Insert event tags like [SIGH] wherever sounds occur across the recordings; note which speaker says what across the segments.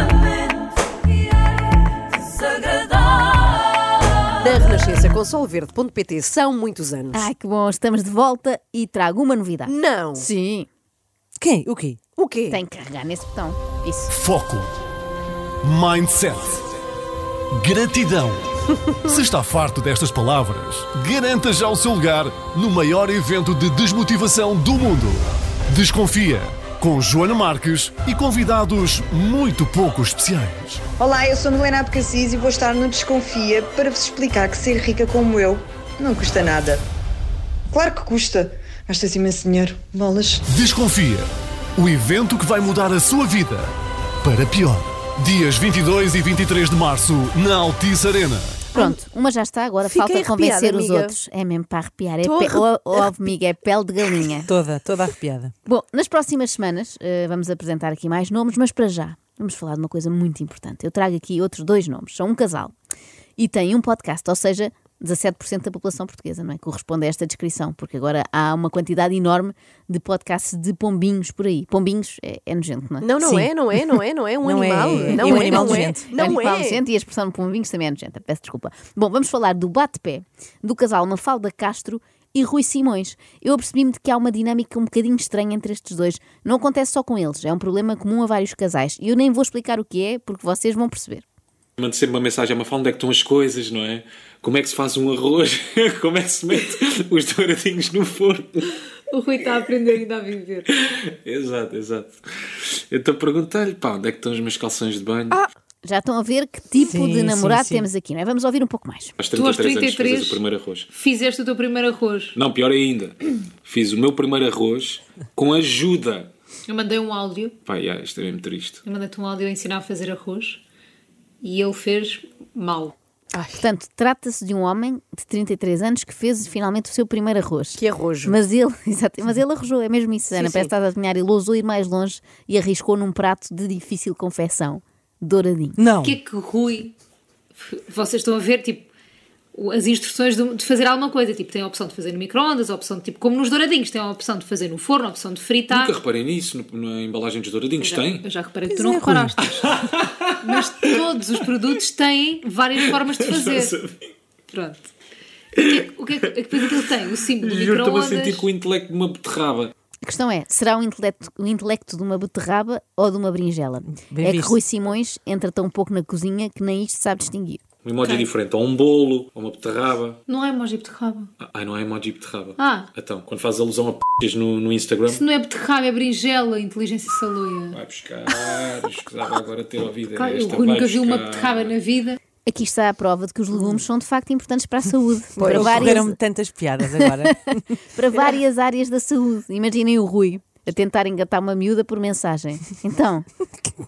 Speaker 1: Extremamente desagradável.
Speaker 2: Na Renascença com solverde.pt são muitos anos.
Speaker 3: Ai, que bom, estamos de volta e trago uma novidade.
Speaker 2: Não!
Speaker 3: Sim,
Speaker 4: Quem? O quê?
Speaker 2: O quê?
Speaker 3: tem que carregar nesse botão. Isso.
Speaker 5: Foco. Mindset. Gratidão. Se está farto destas palavras, garanta já o seu lugar no maior evento de desmotivação do mundo. Desconfia. Com Joana Marques e convidados muito pouco especiais.
Speaker 6: Olá, eu sou Milena Abcacis e vou estar no Desconfia para vos explicar que ser rica como eu não custa nada. Claro que custa. Gastas imenso dinheiro. Bolas.
Speaker 5: Desconfia. O evento que vai mudar a sua vida para pior. Dias 22 e 23 de março na Altice Arena.
Speaker 3: Pronto, uma já está, agora
Speaker 2: Fiquei
Speaker 3: falta convencer
Speaker 2: arrepiada,
Speaker 3: os
Speaker 2: amiga.
Speaker 3: outros. É mesmo para arrepiar. É
Speaker 2: Tô
Speaker 3: pe...
Speaker 2: arre-
Speaker 3: oh, oh, amiga, é pele
Speaker 2: [LAUGHS]
Speaker 3: de galinha.
Speaker 4: Toda, toda arrepiada.
Speaker 3: Bom, nas próximas semanas eh, vamos apresentar aqui mais nomes, mas para já vamos falar de uma coisa muito importante. Eu trago aqui outros dois nomes. São um casal e têm um podcast, ou seja, 17% da população portuguesa, não é? Corresponde a esta descrição, porque agora há uma quantidade enorme de podcasts de pombinhos por aí. Pombinhos é, é nojento, não é?
Speaker 2: Não, não
Speaker 4: Sim.
Speaker 2: é, não é, não é, não é um
Speaker 4: [LAUGHS] Não é.
Speaker 2: animal.
Speaker 4: É
Speaker 2: Não
Speaker 4: um
Speaker 2: é,
Speaker 4: animal
Speaker 2: não é.
Speaker 4: nojento.
Speaker 2: Não
Speaker 3: animal
Speaker 2: é.
Speaker 3: nojento e a expressão pombinhos também é nojenta, peço desculpa. Bom, vamos falar do bate-pé do casal Mafalda Castro e Rui Simões. Eu apercebi-me de que há uma dinâmica um bocadinho estranha entre estes dois. Não acontece só com eles, é um problema comum a vários casais. E eu nem vou explicar o que é, porque vocês vão perceber.
Speaker 7: Mando sempre uma mensagem a uma fala onde é que estão as coisas, não é? Como é que se faz um arroz? [LAUGHS] Como é que se mete os douradinhos no forno?
Speaker 8: O Rui está a aprender ainda a viver.
Speaker 7: Exato, exato. Então perguntei-lhe, pá, onde é que estão os meus calções de banho?
Speaker 8: Ah,
Speaker 3: Já estão a ver que tipo
Speaker 4: Sim,
Speaker 3: de
Speaker 4: sim,
Speaker 3: namorado
Speaker 4: sim.
Speaker 3: temos aqui, não é? Vamos ouvir um pouco mais.
Speaker 7: Aos
Speaker 8: Tu aos
Speaker 7: 33, anos fazes
Speaker 8: 33
Speaker 7: o primeiro arroz.
Speaker 8: Fizeste o teu primeiro arroz.
Speaker 7: Não, pior ainda. Fiz o meu primeiro arroz com ajuda.
Speaker 8: Eu mandei um áudio.
Speaker 7: Pá, yeah, isto é mesmo triste.
Speaker 8: Eu mandei-te um áudio a ensinar a fazer arroz. E ele fez mal.
Speaker 3: Portanto, trata-se de um homem de 33 anos que fez finalmente o seu primeiro arroz.
Speaker 2: Que arrojo.
Speaker 3: Mas ele, [LAUGHS] exato, mas ele arrojou, é mesmo isso, Ana.
Speaker 2: sim.
Speaker 3: Parece que estás a adivinhar. Ele ousou ir mais longe e arriscou num prato de difícil confecção, douradinho.
Speaker 4: Não.
Speaker 8: O que é que o Rui. Vocês estão a ver, tipo. o- As instruções de de fazer alguma coisa, tipo, tem a opção de fazer no micro-ondas, a opção de, tipo, como nos douradinhos, tem a opção de fazer no forno, a opção de fritar.
Speaker 7: Nunca reparei nisso no- na embalagem dos douradinhos,
Speaker 8: Já-
Speaker 7: tem?
Speaker 8: Eu já reparei que tu
Speaker 4: Pois
Speaker 8: Tá. não
Speaker 4: é, Rui.
Speaker 8: reparaste.
Speaker 7: [LAUGHS]
Speaker 8: Mas todos os produtos têm várias formas de fazer. Pronto. O que é que, o que, é que depois aquilo tem? O símbolo do
Speaker 7: Juro, estou-me a
Speaker 8: micro-ondas.
Speaker 7: sentir com o intelecto de uma beterraba.
Speaker 3: A questão é: será o intelecto, o intelecto de uma beterraba ou de uma berinjela?
Speaker 4: Bem
Speaker 3: é que
Speaker 4: visto.
Speaker 3: Rui Simões entra tão pouco na cozinha que nem isto sabe distinguir.
Speaker 7: Um emoji diferente, ou um bolo, ou uma beterraba.
Speaker 8: Não é emoji beterraba.
Speaker 7: Ai, não é emoji beterraba.
Speaker 8: Ah.
Speaker 7: Então, quando faz alusão a p***as no, no Instagram.
Speaker 8: Se não é beterraba, é berinjela, inteligência saloia.
Speaker 7: Vai buscar, escusava agora ter ouvido
Speaker 8: Claro, eu
Speaker 7: esta.
Speaker 8: Rui
Speaker 7: vai
Speaker 8: nunca viu uma
Speaker 7: buscar.
Speaker 8: beterraba na vida.
Speaker 3: Aqui está a prova de que os legumes são de facto importantes para a saúde.
Speaker 4: Hum. Pois,
Speaker 3: para,
Speaker 4: Ocorreram-me
Speaker 3: várias,
Speaker 4: tantas
Speaker 2: [LAUGHS]
Speaker 4: piadas agora. [LAUGHS]
Speaker 3: para várias áreas da saúde. Imaginem o Rui a tentar engatar uma miúda por mensagem. Então,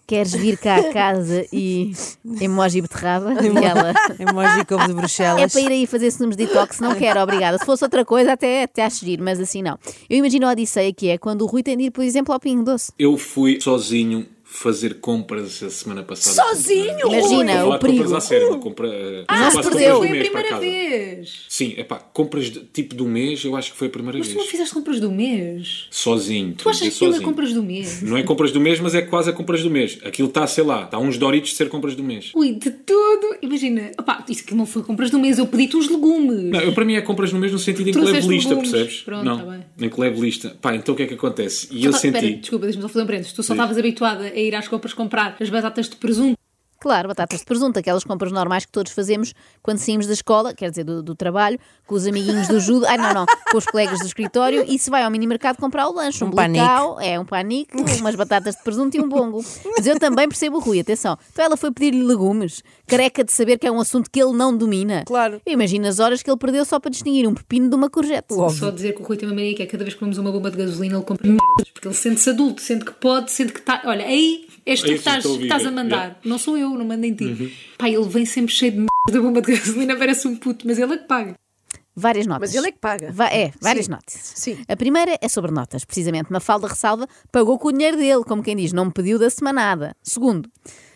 Speaker 3: queres vir cá a casa e emoji beterraba? E ela.
Speaker 4: Emoji couve de
Speaker 3: É
Speaker 4: Bruxelas.
Speaker 3: para ir aí fazer sumos de detox, não quero, obrigada. Se fosse outra coisa, até, até acho giro, mas assim não. Eu imagino a Odisseia que é quando o Rui tem de ir, por exemplo, ao Pingo Doce.
Speaker 7: Eu fui sozinho fazer compras a semana passada.
Speaker 2: Sozinho?
Speaker 3: Imagina,
Speaker 7: Não,
Speaker 3: o
Speaker 7: lá de compras
Speaker 3: perigo.
Speaker 7: à sério, uma compra, eh,
Speaker 3: Ah,
Speaker 7: quase
Speaker 3: se
Speaker 7: compras
Speaker 3: perdeu.
Speaker 7: do
Speaker 8: Foi a
Speaker 7: mês para
Speaker 8: primeira
Speaker 7: casa.
Speaker 8: vez.
Speaker 7: Sim, epá, compras de- tipo do mês, eu acho que foi a primeira
Speaker 8: Mas tu não
Speaker 7: vez.
Speaker 8: fizeste compras do mês.
Speaker 7: Sozinho.
Speaker 8: Tu achas que aquilo é
Speaker 7: sozinho.
Speaker 8: compras do mês?
Speaker 7: Não é compras do mês, mas é quase a compras do mês. Aquilo está, sei lá, está uns Doritos de ser compras do mês.
Speaker 8: Ui, de tudo. Imagina. Opá, isso que não foi compras do mês, eu pedi-te uns legumes.
Speaker 7: Não, eu, para mim é compras no mesmo sentido em que
Speaker 8: Trouxeste
Speaker 7: levo lista,
Speaker 8: legumes.
Speaker 7: percebes?
Speaker 8: Pronto,
Speaker 7: não,
Speaker 8: tá bem.
Speaker 7: em que levo lista. Pá, então o que é que acontece? E eu
Speaker 8: Só tá-
Speaker 7: senti.
Speaker 8: Espera, desculpa, deixa-me só fazer um parênteses. Tu só estavas habituada a ir às compras comprar as batatas de presunto.
Speaker 3: Claro, batatas de presunto, aquelas compras normais que todos fazemos quando saímos da escola, quer dizer, do, do trabalho, com os amiguinhos do judo, ai não, não, com os colegas do escritório e se vai ao minimercado comprar o lanche, um,
Speaker 4: Um
Speaker 3: blacau, é um panique, umas batatas de presunto e um bongo. Mas eu também percebo o Rui, atenção. Então ela foi pedir-lhe legumes, careca de saber que é um assunto que ele não domina.
Speaker 4: Claro.
Speaker 3: Imagina as horas que ele perdeu só para distinguir um pepino de uma courgette.
Speaker 8: Só
Speaker 7: Uhum.
Speaker 8: dizer que o Rui tem uma mania que é cada vez que comemos uma bomba de gasolina, ele compra merdas. Porque ele sente-se adulto, sente que pode, sente que está. Olha, aí és tu
Speaker 7: Aí sim
Speaker 8: que estás,
Speaker 7: estou a é. viver,
Speaker 8: estás a mandar.
Speaker 7: já.
Speaker 8: Não sou eu. eu, não manda em ti.
Speaker 7: Uhum.
Speaker 8: Pá, ele vem sempre cheio de merda da bomba de gasolina, parece um puto, mas ele é que paga.
Speaker 3: Várias notas.
Speaker 2: Mas ele é que paga.
Speaker 3: Va- é, várias
Speaker 2: Sim.
Speaker 3: notas.
Speaker 2: Sim.
Speaker 3: A primeira é sobre notas, precisamente. Mafalda ressalva, pagou com o dinheiro dele, como quem diz, não me pediu da semanada. Segundo,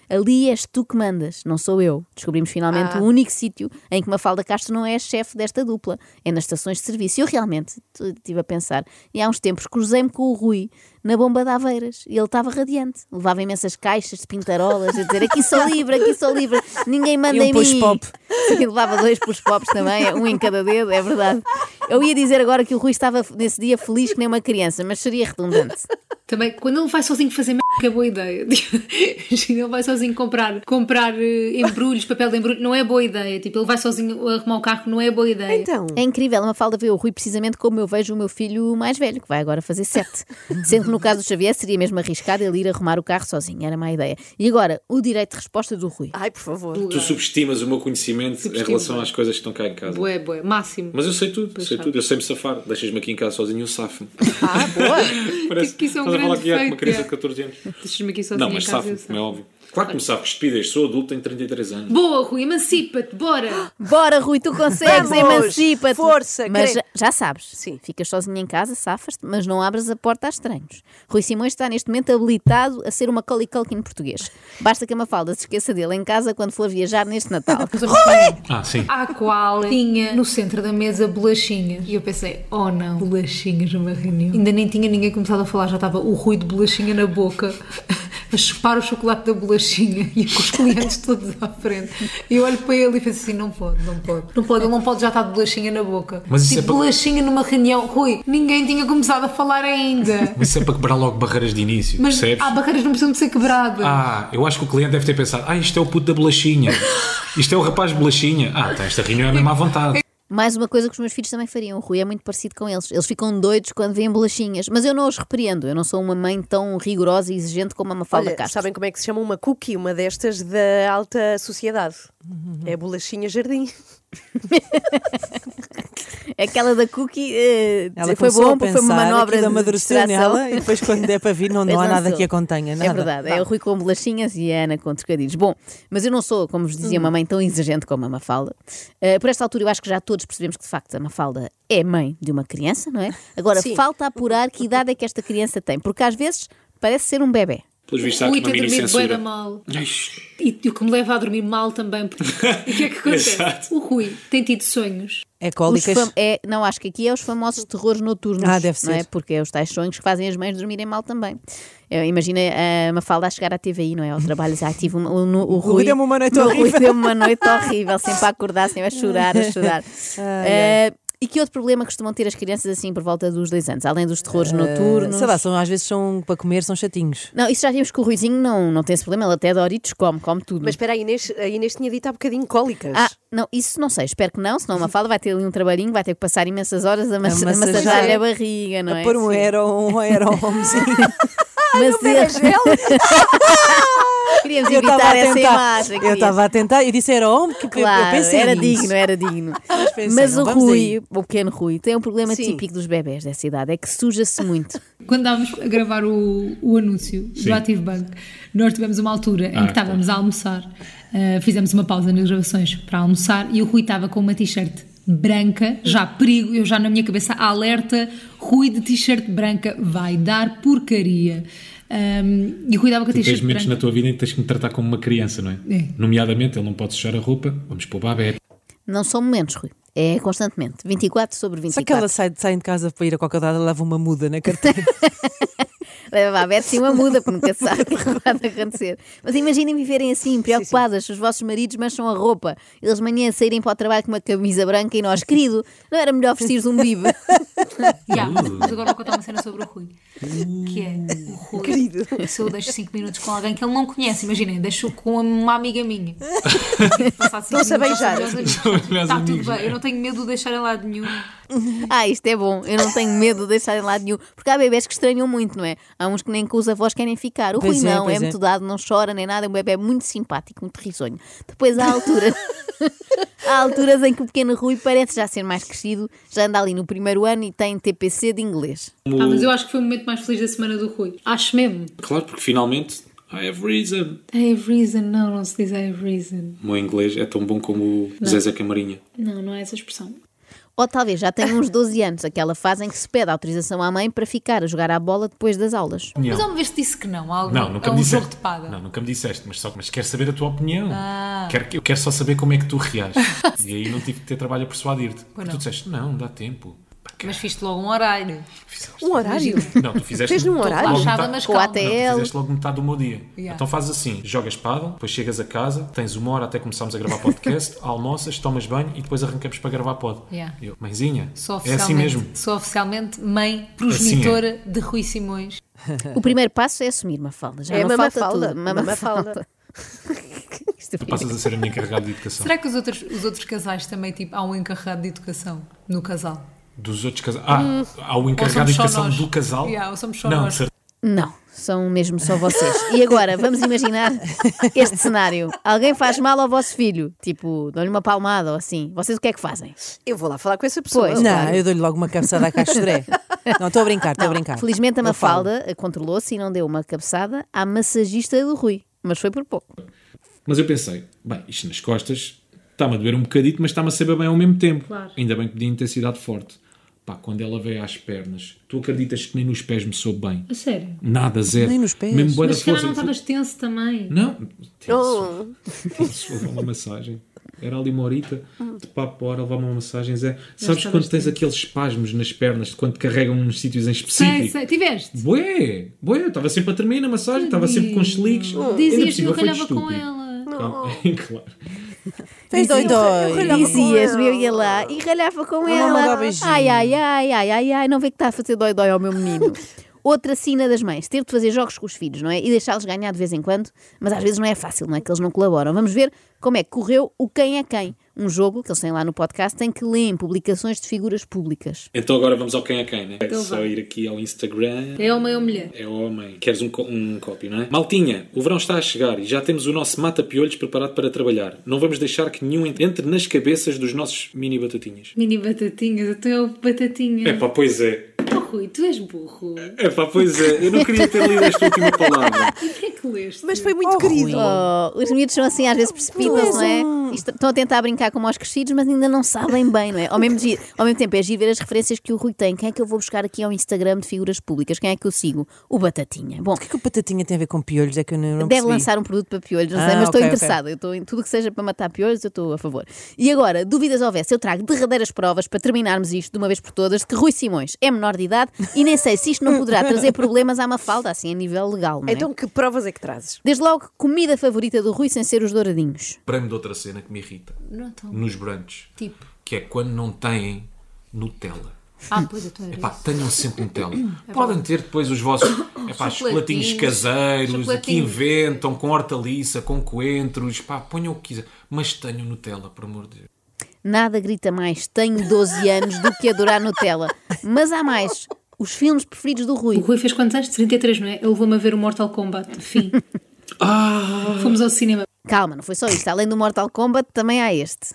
Speaker 3: ali és tu que mandas, não sou eu. Descobrimos finalmente
Speaker 2: Ah.
Speaker 3: o único sítio em que Mafalda Castro não é chefe desta dupla. É nas estações de serviço. E Eu realmente t- estive a pensar, e há uns tempos cruzei-me com o Rui na bomba de Aveiras e ele estava radiante. Levava imensas caixas de pintarolas a dizer aqui sou livre, aqui sou livre, ninguém manda
Speaker 4: E um
Speaker 3: em mim.
Speaker 4: push-pop.
Speaker 3: [LAUGHS] Sim, levava dois push pops também, um em cada dedo, é verdade. Eu ia dizer agora que o Rui estava nesse dia feliz que nem uma criança, mas seria redundante.
Speaker 8: Também, quando ele vai sozinho fazer merda, que é boa ideia. [LAUGHS] Imagina, ele vai sozinho comprar, comprar eh, embrulhos, papel de embrulho, não é boa ideia. Tipo, ele vai sozinho arrumar o carro, não é boa ideia.
Speaker 2: Então,
Speaker 3: É incrível, uma falda ver o Rui precisamente como eu vejo o meu filho mais velho, que vai agora fazer sete. Sendo que no caso do Xavier seria mesmo arriscado ele ir arrumar o carro sozinho, era má ideia. E agora, o direito de resposta do Rui.
Speaker 2: ai, por favor.
Speaker 7: Tu subestimas o meu conhecimento em
Speaker 8: Subestimo,
Speaker 7: relação
Speaker 8: bué.
Speaker 7: às coisas que estão cá em casa.
Speaker 8: Boé, boé, é, máximo.
Speaker 7: Mas eu sei tudo,
Speaker 8: Pois
Speaker 7: sei
Speaker 8: sabe.
Speaker 7: tudo. Eu sei-me safar. Deixas-me aqui em casa sozinho, eu safo-me.
Speaker 2: Ah,
Speaker 7: [LAUGHS]
Speaker 2: boa.
Speaker 7: Parece
Speaker 8: que isso é um
Speaker 7: estás a falar
Speaker 8: grande
Speaker 7: que há uma
Speaker 8: feito,
Speaker 7: criança
Speaker 8: é.
Speaker 7: de 14 anos.
Speaker 8: Deixas-me aqui sozinho
Speaker 7: Não, mas
Speaker 8: em casa. eu
Speaker 7: safo-me,
Speaker 8: sei.
Speaker 7: como é óbvio. Claro que me safo, cuspidas. Sou adulto, tenho 33 anos.
Speaker 8: Boa, Rui, emancipa-te, bora!
Speaker 3: Bora, Rui, tu consegues,
Speaker 2: Vamos!
Speaker 3: emancipa-te.
Speaker 2: Força,
Speaker 3: Mas já,
Speaker 2: crê.
Speaker 3: já sabes,
Speaker 2: Sim.
Speaker 3: ficas sozinho em casa, safas-te, mas não abras a porta a estranhos. Rui Simões está neste momento habilitado a ser uma Macaulay Culkin português. Basta que a Mafalda se esqueça dele em casa quando for viajar neste Natal.
Speaker 7: Ah, sim.
Speaker 8: À qual tinha no centro da mesa bolachinhas. E eu pensei, oh não, bolachinhas numa reunião. Ainda nem tinha ninguém começado a falar, já estava o ruído de bolachinha na [LAUGHS] boca. A chupar o chocolate da bolachinha e com os clientes todos à frente. E eu olho para ele e penso assim: não pode, não pode, não pode, ele não pode já estar de bolachinha na boca.
Speaker 7: Mas isso
Speaker 8: tipo,
Speaker 7: é para-
Speaker 8: bolachinha numa reunião. Rui, ninguém tinha começado a
Speaker 7: [LAUGHS]
Speaker 8: falar ainda.
Speaker 7: Mas isso é para quebrar logo barreiras de início,
Speaker 8: Mas há barreiras que não precisam de ser quebradas.
Speaker 7: Ah, eu acho que o cliente deve ter pensado: ah, isto é o puto da bolachinha. Isto é o rapaz de bolachinha. Ah, tá, esta reunião é mesmo à vontade.
Speaker 3: Mais uma coisa que os meus filhos também fariam, o Rui é muito parecido com eles. Eles ficam doidos quando veem bolachinhas, mas eu não os repreendo. Eu não sou uma mãe tão rigorosa e exigente como a Mafalda
Speaker 2: Olha,
Speaker 3: Castro.
Speaker 2: sabem como é que se chama uma cookie, uma destas da alta sociedade?
Speaker 4: Uhum.
Speaker 2: É a bolachinha jardim.
Speaker 3: Aquela da Cookie eh,
Speaker 4: Ela
Speaker 3: foi
Speaker 4: começou
Speaker 3: bom
Speaker 4: a
Speaker 3: porque foi uma
Speaker 4: pensar,
Speaker 3: manobra
Speaker 4: aquilo
Speaker 3: de
Speaker 4: amadureceu
Speaker 3: distração.
Speaker 4: nela então e depois quando der para vir
Speaker 3: [LAUGHS]
Speaker 4: não, não há
Speaker 3: Mas
Speaker 4: nada
Speaker 3: sou.
Speaker 4: que a contenha. Nada.
Speaker 3: É verdade, é o Rui com bolachinhas e a Ana com trocadilhos. Bom, mas eu não sou, como vos dizia, uma mãe tão exigente como a Mafalda. Eh, por esta altura, eu acho que já todos percebemos que, de facto, a Mafalda é mãe de uma criança, não é? Agora,
Speaker 2: Sim.
Speaker 3: falta apurar que idade é que esta criança tem, porque às vezes parece ser um bebê.
Speaker 7: Pelos vistos, há
Speaker 8: Rui
Speaker 7: aqui
Speaker 8: tem
Speaker 7: uma mini
Speaker 8: dormido é bué da
Speaker 7: censura.
Speaker 8: mal. E, e o que me leva a dormir mal também. Porque, o
Speaker 7: [LAUGHS]
Speaker 8: que é que acontece?
Speaker 7: Exato.
Speaker 8: O Rui tem tido sonhos.
Speaker 4: É
Speaker 3: Os
Speaker 4: cólicas.
Speaker 3: fam- é, não, acho que aqui é os famosos terrores noturnos.
Speaker 4: Ah, deve
Speaker 3: Não é?
Speaker 4: ser.
Speaker 3: Porque é os tais sonhos que fazem as mães dormirem mal também. Eu imagino a Mafalda a chegar à TVI, não é? Ao trabalho, já tive um- o, o, o Rui.
Speaker 4: deu-me uma noite
Speaker 3: [LAUGHS] o Rui
Speaker 4: horrível.
Speaker 3: deu-me uma noite horrível, sempre a acordar, sempre
Speaker 4: [LAUGHS]
Speaker 3: a chorar, a chorar. Eh, e que outro problema costumam ter as crianças assim por volta dos dois anos? Além dos terrores
Speaker 4: Eh,
Speaker 3: noturnos.
Speaker 4: Sei lá, são, às vezes são para comer, são chatinhos.
Speaker 3: Não, isso já vimos que o Ruizinho não, não tem esse problema, ele até Doritos come, come tudo.
Speaker 2: Mas espera, a Inês, a Inês tinha dito há bocadinho cólicas.
Speaker 3: Ah, não, isso não sei, espero que não, senão uma falda vai ter ali um trabalhinho, vai ter que passar imensas horas a, mas- a
Speaker 4: massagear.
Speaker 3: massagear a barriga, não é?
Speaker 4: a pôr um
Speaker 3: Sim.
Speaker 4: aero, um aero
Speaker 3: [LAUGHS]
Speaker 4: homezinho.
Speaker 3: Mas ele... [LAUGHS] Queríamos
Speaker 4: é Eu estava a
Speaker 3: evitar essa
Speaker 4: tentar.
Speaker 3: imagem.
Speaker 4: eu
Speaker 3: queríamos.
Speaker 4: estava a tentar e disse era homem que eu- eu
Speaker 3: Claro,
Speaker 4: pensei
Speaker 3: era
Speaker 4: nisso.
Speaker 3: digno, era digno.
Speaker 4: Mas pensei,
Speaker 3: Mas
Speaker 4: não [LAUGHS]
Speaker 3: o
Speaker 4: vamos
Speaker 3: Rui, o pequeno Rui, tem um problema
Speaker 2: Sim.
Speaker 3: típico dos bebés dessa idade, é que suja-se muito.
Speaker 8: Quando estávamos a gravar o, o anúncio do Active Bank, nós tivemos uma altura em
Speaker 7: Ah,
Speaker 8: que estávamos a almoçar, ah, fizemos uma pausa nas gravações para almoçar e o Rui estava com uma t-shirt branca, já perigo, eu já na minha cabeça alerta, Rui de t-shirt branca vai dar porcaria. Ahm, e o Rui estava com a
Speaker 7: Tens
Speaker 8: t-shirt
Speaker 7: momentos
Speaker 8: branca.
Speaker 7: na tua vida em que tens que me tratar como uma criança, não é?
Speaker 8: É.
Speaker 7: Nomeadamente, ele não pode sujar a roupa, vamos pôr babé.
Speaker 3: Não são momentos, Rui. É constantemente. 24 sobre
Speaker 4: Só que ela
Speaker 3: 24.
Speaker 4: sai, sai de casa para ir a qualquer lado, leva uma muda na carteira.
Speaker 3: Leva a Bete sim assim, uma muda, porque nunca se sabe o que é que pode acontecer. Mas imaginem viverem assim, preocupadas, se os vossos maridos mancham a roupa, eles de manhã saírem para o trabalho com uma camisa branca e nós, querido, não era melhor vestir um
Speaker 4: [LAUGHS]
Speaker 3: bibe?
Speaker 8: Yeah, mas agora vou contar uma cena sobre o Rui. Que é o Rui. Querido. Se eu deixo 5 minutos com alguém que ele não conhece, imaginem, deixo com uma amiga minha. [LAUGHS] assim Estão-se
Speaker 2: a beijar.
Speaker 8: Está Tá tudo bem,
Speaker 9: é?
Speaker 8: eu não tenho medo de deixar em lado nenhum.
Speaker 9: Tá,
Speaker 3: Ah, isto é bom, eu não tenho medo de deixar em lado nenhum. Porque há bebés que estranham muito, não é? Há uns que nem com os avós querem ficar. O
Speaker 4: Pois
Speaker 3: Rui
Speaker 4: é,
Speaker 3: não, é,
Speaker 4: pois é.
Speaker 3: muito dado, não chora nem nada. É um bebê muito simpático, muito risonho. Depois há
Speaker 4: [LAUGHS]
Speaker 3: alturas. Há alturas em que o pequeno Rui parece já ser mais crescido, já anda ali no primeiro ano e tem TPC de inglês.
Speaker 8: Ah, mas eu acho que foi o momento mais feliz da semana do Rui. Acho mesmo.
Speaker 7: Claro, porque finalmente I have reason.
Speaker 8: I have reason. Não, não se diz I have reason.
Speaker 7: O meu inglês é tão bom como o Zezé Camarinha.
Speaker 8: Não, não é essa expressão.
Speaker 3: Ou talvez já tenha uns 12 anos, aquela fase em que se pede autorização à mãe para ficar a jogar à bola depois das aulas.
Speaker 8: Mas há uma vez te disse que não. Algo,
Speaker 9: Não, nunca
Speaker 8: é
Speaker 9: me
Speaker 8: um
Speaker 9: disseste.
Speaker 8: jogo de pada.
Speaker 9: Não, nunca me disseste, mas, só, mas quero saber a tua opinião.
Speaker 8: Ah.
Speaker 9: Quero, eu quero só saber como é que tu
Speaker 8: [LAUGHS]
Speaker 9: reages. e aí não tive que ter trabalho a persuadir-te. Porque tu disseste, não, dá tempo. Pá, cara,
Speaker 8: Mas fiz-te logo um horário.
Speaker 9: fizeste.
Speaker 2: Um horário.
Speaker 9: Não, tu fizeste.
Speaker 2: Fez num
Speaker 9: logo
Speaker 2: horário?
Speaker 9: metade-
Speaker 8: Relaxada, mas
Speaker 3: Com
Speaker 8: calma.
Speaker 3: a ATL.
Speaker 9: Não, tu fizeste logo metade do meu dia. Então fazes assim: jogas paddle, depois chegas a casa, tens uma hora até começarmos a gravar
Speaker 8: [LAUGHS]
Speaker 9: podcast, almoças, tomas banho e depois arrancamos para gravar pod.
Speaker 8: Yeah.
Speaker 9: Eu, mãezinha, é
Speaker 8: Sou
Speaker 9: assim
Speaker 8: oficialmente,
Speaker 9: mesmo.
Speaker 8: Sou oficialmente mãe
Speaker 9: Assim é.
Speaker 8: progenitora de Rui Simões.
Speaker 3: O primeiro passo é assumir uma falda. Já
Speaker 2: É
Speaker 3: não
Speaker 2: mama
Speaker 3: falta
Speaker 2: falda,
Speaker 3: tudo.
Speaker 2: mama falda. [LAUGHS]
Speaker 3: Isto é-
Speaker 9: Passas a ser a minha encarregada de educação.
Speaker 8: Será que os outros, os outros casais também, tipo, há um encarregado de educação no casal?
Speaker 9: Dos outros casais. Ah, há o encarregado
Speaker 8: Hum. Ou
Speaker 9: de
Speaker 8: somos só
Speaker 9: educação
Speaker 8: nós?
Speaker 9: do casal.
Speaker 8: Yeah, ou somos só
Speaker 9: não,
Speaker 8: nós.
Speaker 9: cer-
Speaker 3: Não, são mesmo só vocês. E agora, vamos imaginar este cenário. Alguém faz mal ao vosso filho, tipo, dão-lhe uma palmada ou assim. Vocês o que é que fazem?
Speaker 2: Eu vou lá falar com essa pessoa.
Speaker 3: Pois.
Speaker 4: Não,
Speaker 3: claro.
Speaker 4: eu dou-lhe logo uma cabeçada à caixoré. Não, estou a brincar, estou a
Speaker 9: Tá.
Speaker 4: brincar.
Speaker 3: Felizmente a
Speaker 4: Eu falo.
Speaker 3: Mafalda eh, controlou-se e não deu uma cabeçada à massagista do Rui, mas foi por pouco.
Speaker 7: Mas eu pensei, bem, isto nas costas está-me a doer um bocadito, mas está-me a saber bem ao mesmo tempo. Ainda bem que pedi intensidade forte. Pá, quando ela veio às pernas, tu acreditas que nem nos pés me soube bem?
Speaker 8: A sério?
Speaker 7: Nada, zero.
Speaker 4: Nem nos pés?
Speaker 7: Mesmo boa da força.
Speaker 8: tenso também.
Speaker 7: Não, [LAUGHS] tenso. Tenso, Houve uma massagem. Era ali uma horita de papo para levar uma massagem. Zé. Sabes
Speaker 8: estavas
Speaker 7: quando tens aqueles espasmos nas pernas de quando te carregam nos sítios em específico?
Speaker 8: Sei, sei. Tiveste?
Speaker 7: Bué, bué, eu estava sempre a tremer na massagem, estava sempre com cheliques.
Speaker 8: Hum.
Speaker 7: Ainda por
Speaker 8: Dizias que
Speaker 7: cima
Speaker 8: eu
Speaker 7: foi de
Speaker 8: calhava com
Speaker 7: estúpido.
Speaker 8: ela.
Speaker 7: Calma, [LAUGHS] claro.
Speaker 4: Fez dói,
Speaker 3: É
Speaker 4: dói.
Speaker 3: Dizias, eu ia lá e ralhava com ela.
Speaker 4: mandava beijinho.
Speaker 3: Ai, ai, ai, ai, ai, ai, não vê que está a fazer dói-dói ao meu menino. Outra sina das mães, ter de fazer jogos com os filhos, não é? E deixá-los ganhar de vez em quando, mas às vezes não é fácil, não é? Que eles não colaboram. Vamos ver como é que correu o Quem é Quem. Um jogo que eles têm lá no podcast em que leem publicações de figuras públicas.
Speaker 7: Então agora vamos ao quem é quem, né? É
Speaker 8: Então
Speaker 7: só ir aqui ao Instagram.
Speaker 8: É homem ou mulher?
Speaker 7: É homem. Queres um, co- um copy, não é? Maltinha, o verão está a chegar e já temos o nosso mata-piolhos preparado para trabalhar. Não vamos deixar que nenhum ent- entre nas cabeças dos nossos mini batatinhas.
Speaker 8: Mini batatinhas, eu tenho batatinha.
Speaker 7: É pá, pois é.
Speaker 8: Oh, Rui, tu és burro.
Speaker 7: É pá, pois é. Eu não queria ter lido esta última palavra.
Speaker 8: E que é que leste?
Speaker 2: Mas foi muito querido.
Speaker 3: Oh, os miúdos são assim, às vezes precipitam-se, não é? E est- Estão a tentar brincar como aos crescidos, mas ainda não sabem bem, não é? Ao mesmo, gi- ao mesmo tempo, é giro ver as referências que o Rui tem. Quem é que eu vou buscar aqui ao Instagram de figuras públicas? Quem é que eu sigo? O Batatinha. Bom,
Speaker 4: O que é que o Patatinha tem a ver com piolhos? É que eu não, não
Speaker 3: deve
Speaker 4: percebi.
Speaker 3: lançar um produto para piolhos, não sei,
Speaker 4: Ah,
Speaker 3: mas estou
Speaker 4: ok, ok.
Speaker 3: interessada. Eu estou em tudo que seja para matar piolhos, eu estou a favor. E agora, dúvidas houvesse, eu trago derradeiras provas para terminarmos isto de uma vez por todas de que Rui Simões é menor de idade e nem sei se isto não poderá trazer problemas à Mafalda, assim, a nível legal, não é?
Speaker 2: Então, que provas é que trazes?
Speaker 3: Desde logo, comida favorita do Rui sem ser os douradinhos.
Speaker 9: Lembrei-me de outra cena que me irrita.
Speaker 8: Não, então.
Speaker 9: Nos brunches.
Speaker 8: Tipo.
Speaker 9: Que é quando não têm Nutella.
Speaker 8: Ah, pois eu estou a ver.
Speaker 9: Epá, tenham sempre Nutella.
Speaker 8: É
Speaker 9: Podem ter depois os vossos epá, chocolatinhos caseiros que
Speaker 8: Chocolatinhos.
Speaker 9: inventam com hortaliça, com coentros. Pá, ponham o que quiser. Mas tenham Nutella, por amor de Deus.
Speaker 3: Nada grita mais tenho 12 anos do que adorar Nutella. Mas há mais. Os filmes preferidos do
Speaker 8: O
Speaker 3: Rui.
Speaker 8: Rui fez quantos anos? 33, não é? Ele levou-me a ver o Mortal Kombat.
Speaker 7: [LAUGHS]
Speaker 8: Fim.
Speaker 7: Ah,
Speaker 8: Fomos ao cinema.
Speaker 3: Calma, não foi só isto. Além do Mortal Kombat, também há este.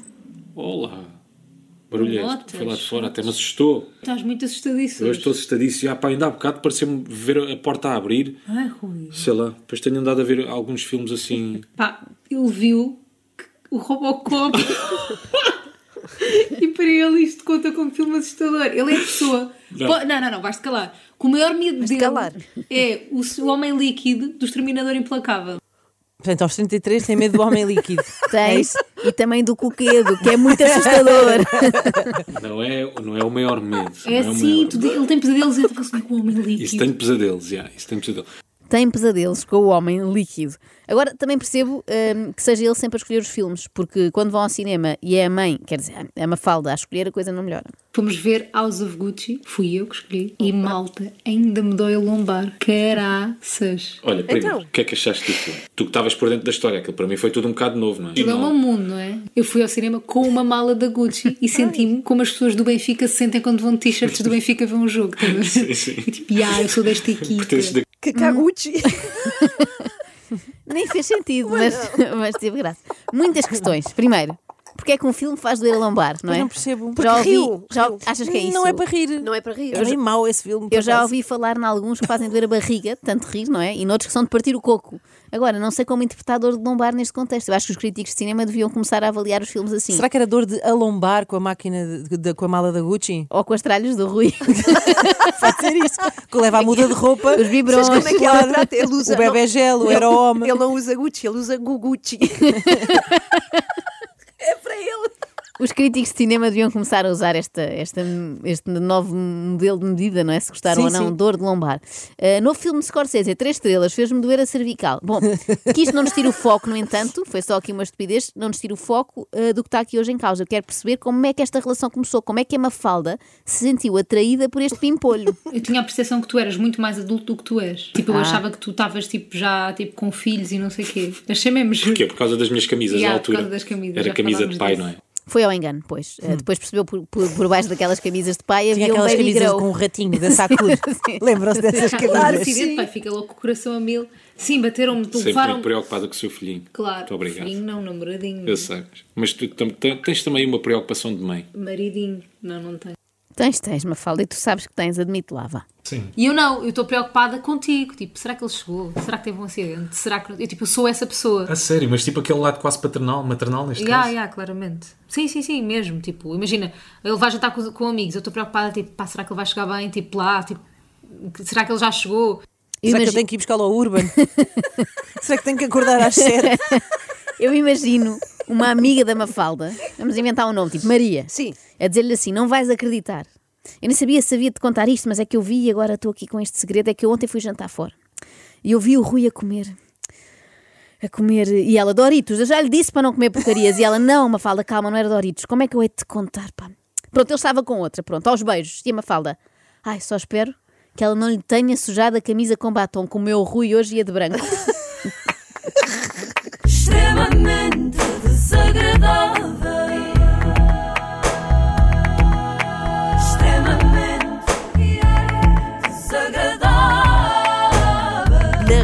Speaker 7: Olá. Barulheste.
Speaker 8: Notas.
Speaker 7: Foi lá de fora, até me assustou.
Speaker 8: Estás muito assustadíssimo.
Speaker 7: Eu estou assustadíssimo. Já, pá, ainda há bocado pareceu-me ver a porta a abrir.
Speaker 8: Ai, Rui.
Speaker 7: Sei lá. Depois tenho andado a ver alguns filmes assim.
Speaker 8: Pá, ele viu que o Robocop. e para ele isto conta como filme assustador. Ele é pessoa.
Speaker 7: Não.
Speaker 8: Po- Não, não, não, vais-te calar. Que o maior medo dele
Speaker 2: calar.
Speaker 8: é o, s- o homem líquido do Exterminador Implacável.
Speaker 4: Portanto, aos 33 tem medo do homem
Speaker 3: [LAUGHS]
Speaker 4: líquido. É
Speaker 3: Tens.
Speaker 4: isso?
Speaker 3: E também do coquedo, que é
Speaker 4: [LAUGHS]
Speaker 3: muito assustador.
Speaker 7: Não é, não é o maior medo.
Speaker 8: É
Speaker 7: não
Speaker 8: assim,
Speaker 7: o maior...
Speaker 8: tu di- ele tem pesadelos e ele fica assim com o homem líquido.
Speaker 7: Isso tem pesadelos, já. Isso tem pesadelos.
Speaker 3: Tem pesadelos com o homem líquido. Agora, também percebo hum, que seja ele sempre a escolher os filmes, porque quando vão ao cinema e é a mãe, quer dizer, é uma falda a escolher, a coisa não melhora.
Speaker 8: Fomos ver House of Gucci, fui eu que escolhi, e malta, ainda me dói a lombar. Caraças.
Speaker 7: Olha, primo,
Speaker 2: Então.
Speaker 7: o que é que achaste do filme? Tu que estavas por dentro da história, aquilo para mim foi tudo um bocado novo, não é?
Speaker 8: Aquilo é um mundo, não é? Eu fui ao cinema com uma mala da Gucci
Speaker 7: [LAUGHS]
Speaker 8: e senti-me como as pessoas do Benfica se sentem quando vão de t-shirts do Benfica ver um jogo. estás a ver?
Speaker 7: Sim, sim.
Speaker 8: E tipo, ah, eu sou desta equipa.
Speaker 7: Pertences da-
Speaker 2: Que caguchi.
Speaker 6: Hum.
Speaker 3: Nem fez sentido, mas, [LAUGHS] mas teve graça. Muitas questões. Primeiro, porque é que um filme faz doer a lombar, não é?
Speaker 4: não percebo.
Speaker 3: já ouvi,
Speaker 2: Porque riu,
Speaker 3: já
Speaker 2: riu.
Speaker 3: Achas que é isso?
Speaker 4: Não é para rir.
Speaker 2: Não é para rir.
Speaker 4: Eu nem mau esse filme. por
Speaker 3: Eu já
Speaker 4: acaso.
Speaker 3: ouvi falar em alguns que fazem doer a barriga, tanto rir, não é? E noutros que são de partir o coco. Agora, não sei como interpretar dor de lombar neste contexto. Eu acho que os críticos de cinema deviam começar a avaliar os filmes assim.
Speaker 4: Será que era dor de alombar com a máquina, de- de- com a mala da Gucci?
Speaker 3: Ou com as tralhas do Rui.
Speaker 4: Fazer isso. Que leva a muda de roupa.
Speaker 3: [LAUGHS] Os biberons.
Speaker 10: Como é que ela trata? Ele usa,
Speaker 4: O bebê gelo, era [LAUGHS] homem.
Speaker 10: Ele não usa Gucci, ele usa
Speaker 3: [LAUGHS]
Speaker 10: Guguchi. é para ele.
Speaker 3: Os críticos de cinema deviam começar a usar esta, esta, este novo modelo de medida, não é? Se gostaram
Speaker 4: Sim,
Speaker 3: ou não,
Speaker 4: sim.
Speaker 3: dor de lombar. Uh, novo filme de Scorsese, três estrelas, fez-me doer a cervical. Bom, que isto não nos tira o foco, no entanto, foi só aqui uma estupidez, não nos tira o foco uh, do que está aqui hoje em causa. Eu quero perceber como é que esta relação começou, como é que a Mafalda se sentiu atraída por este pimpolho.
Speaker 8: Eu tinha a percepção que tu eras muito mais adulto do que tu és. Tipo, eu achava que tu estavas tipo, já tipo, com filhos e não sei o quê. Achei mesmo.
Speaker 7: Porquê? Por causa das minhas camisas
Speaker 8: Yeah,
Speaker 7: na
Speaker 8: por
Speaker 7: altura.
Speaker 8: causa das camisas,
Speaker 7: Era
Speaker 8: já
Speaker 7: camisa de
Speaker 8: falámos
Speaker 7: pai,
Speaker 8: disso.
Speaker 7: não é?
Speaker 3: Foi ao engano, pois. Uh, depois percebeu por, por, por baixo daquelas camisas de pai
Speaker 4: Hum. Tinha
Speaker 3: havia um
Speaker 4: aquelas
Speaker 3: baby
Speaker 4: camisas
Speaker 3: grow.
Speaker 4: com um ratinho da Sakura.
Speaker 3: Sim.
Speaker 4: Lembram-se dessas
Speaker 8: Claro,
Speaker 4: camisas?
Speaker 8: acidente, pai, fica logo com o coração a mil. Sim, bateram-me,
Speaker 7: Sempre
Speaker 8: levaram-me.
Speaker 7: preocupada com o seu filhinho.
Speaker 8: Claro,
Speaker 7: Muito obrigado.
Speaker 8: filhinho não, namoradinho.
Speaker 7: Eu sei. Mas tu tam- tam- tens também uma preocupação de mãe.
Speaker 8: Maridinho. Não, não tem.
Speaker 3: Tens, tens, Mafalda, e tu sabes que tens, admite lá, vá.
Speaker 7: Sim.
Speaker 8: E eu não, eu estou preocupada contigo. Tipo, será que ele chegou? Será que teve um acidente? Será que. não- Eu, tipo, eu sou essa pessoa.
Speaker 7: A sério, mas tipo aquele lado quase paternal, maternal neste
Speaker 8: Ya,
Speaker 7: caso.
Speaker 8: ya, claramente. Sim, sim, sim, mesmo. Tipo, imagina, ele vai jantar com, com amigos, eu estou preocupada, tipo, pá, será que ele vai chegar bem? Tipo, lá, tipo, que- será que ele já chegou?
Speaker 4: Será que eu
Speaker 3: Imagi-
Speaker 4: tenho que ir buscá-lo ao Urban? Será que tenho que acordar às sete?
Speaker 3: [LAUGHS] Eu imagino uma amiga da Mafalda, vamos inventar um nome, tipo Maria,
Speaker 10: Sim.
Speaker 3: a dizer-lhe assim: não vais acreditar. Eu nem sabia se havia de contar isto, mas é que eu vi e agora estou aqui com este segredo. É que eu ontem fui jantar fora e eu vi o Rui a comer. A comer. E ela, Doritos, eu já lhe disse para não comer porcarias. E ela, não, Mafalda, calma, não era Doritos. Como é que eu hei de te contar, pá? Pronto, ele estava com outra, pronto, aos beijos. E a Mafalda, ai, só espero que ela não lhe tenha sujado a camisa com batom, como o meu Rui hoje ia de branco.
Speaker 1: extremamente desagradável. Extremamente desagradável.
Speaker 10: Na